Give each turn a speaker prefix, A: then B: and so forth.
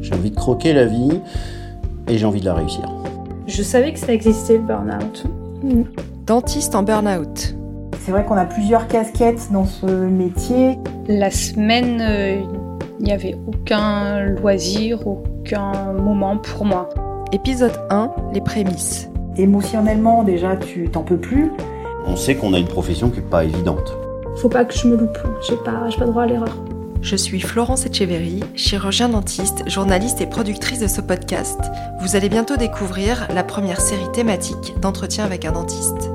A: J'ai envie de croquer la vie et j'ai envie de la réussir.
B: Je savais que ça existait le burn-out.
C: Dentiste en burn-out.
D: C'est vrai qu'on a plusieurs casquettes dans ce métier.
E: La semaine, euh, il n'y avait aucun loisir, aucun moment pour moi.
C: Épisode 1, les prémices.
D: Émotionnellement, déjà, tu t'en peux plus.
A: On sait qu'on a une profession qui n'est pas évidente.
B: Faut pas que je me loupe, hein. j'ai pas, j'ai pas droit à l'erreur.
C: Je suis Florence Echeverry, chirurgien dentiste, journaliste et productrice de ce podcast. Vous allez bientôt découvrir la première série thématique d'entretien avec un dentiste.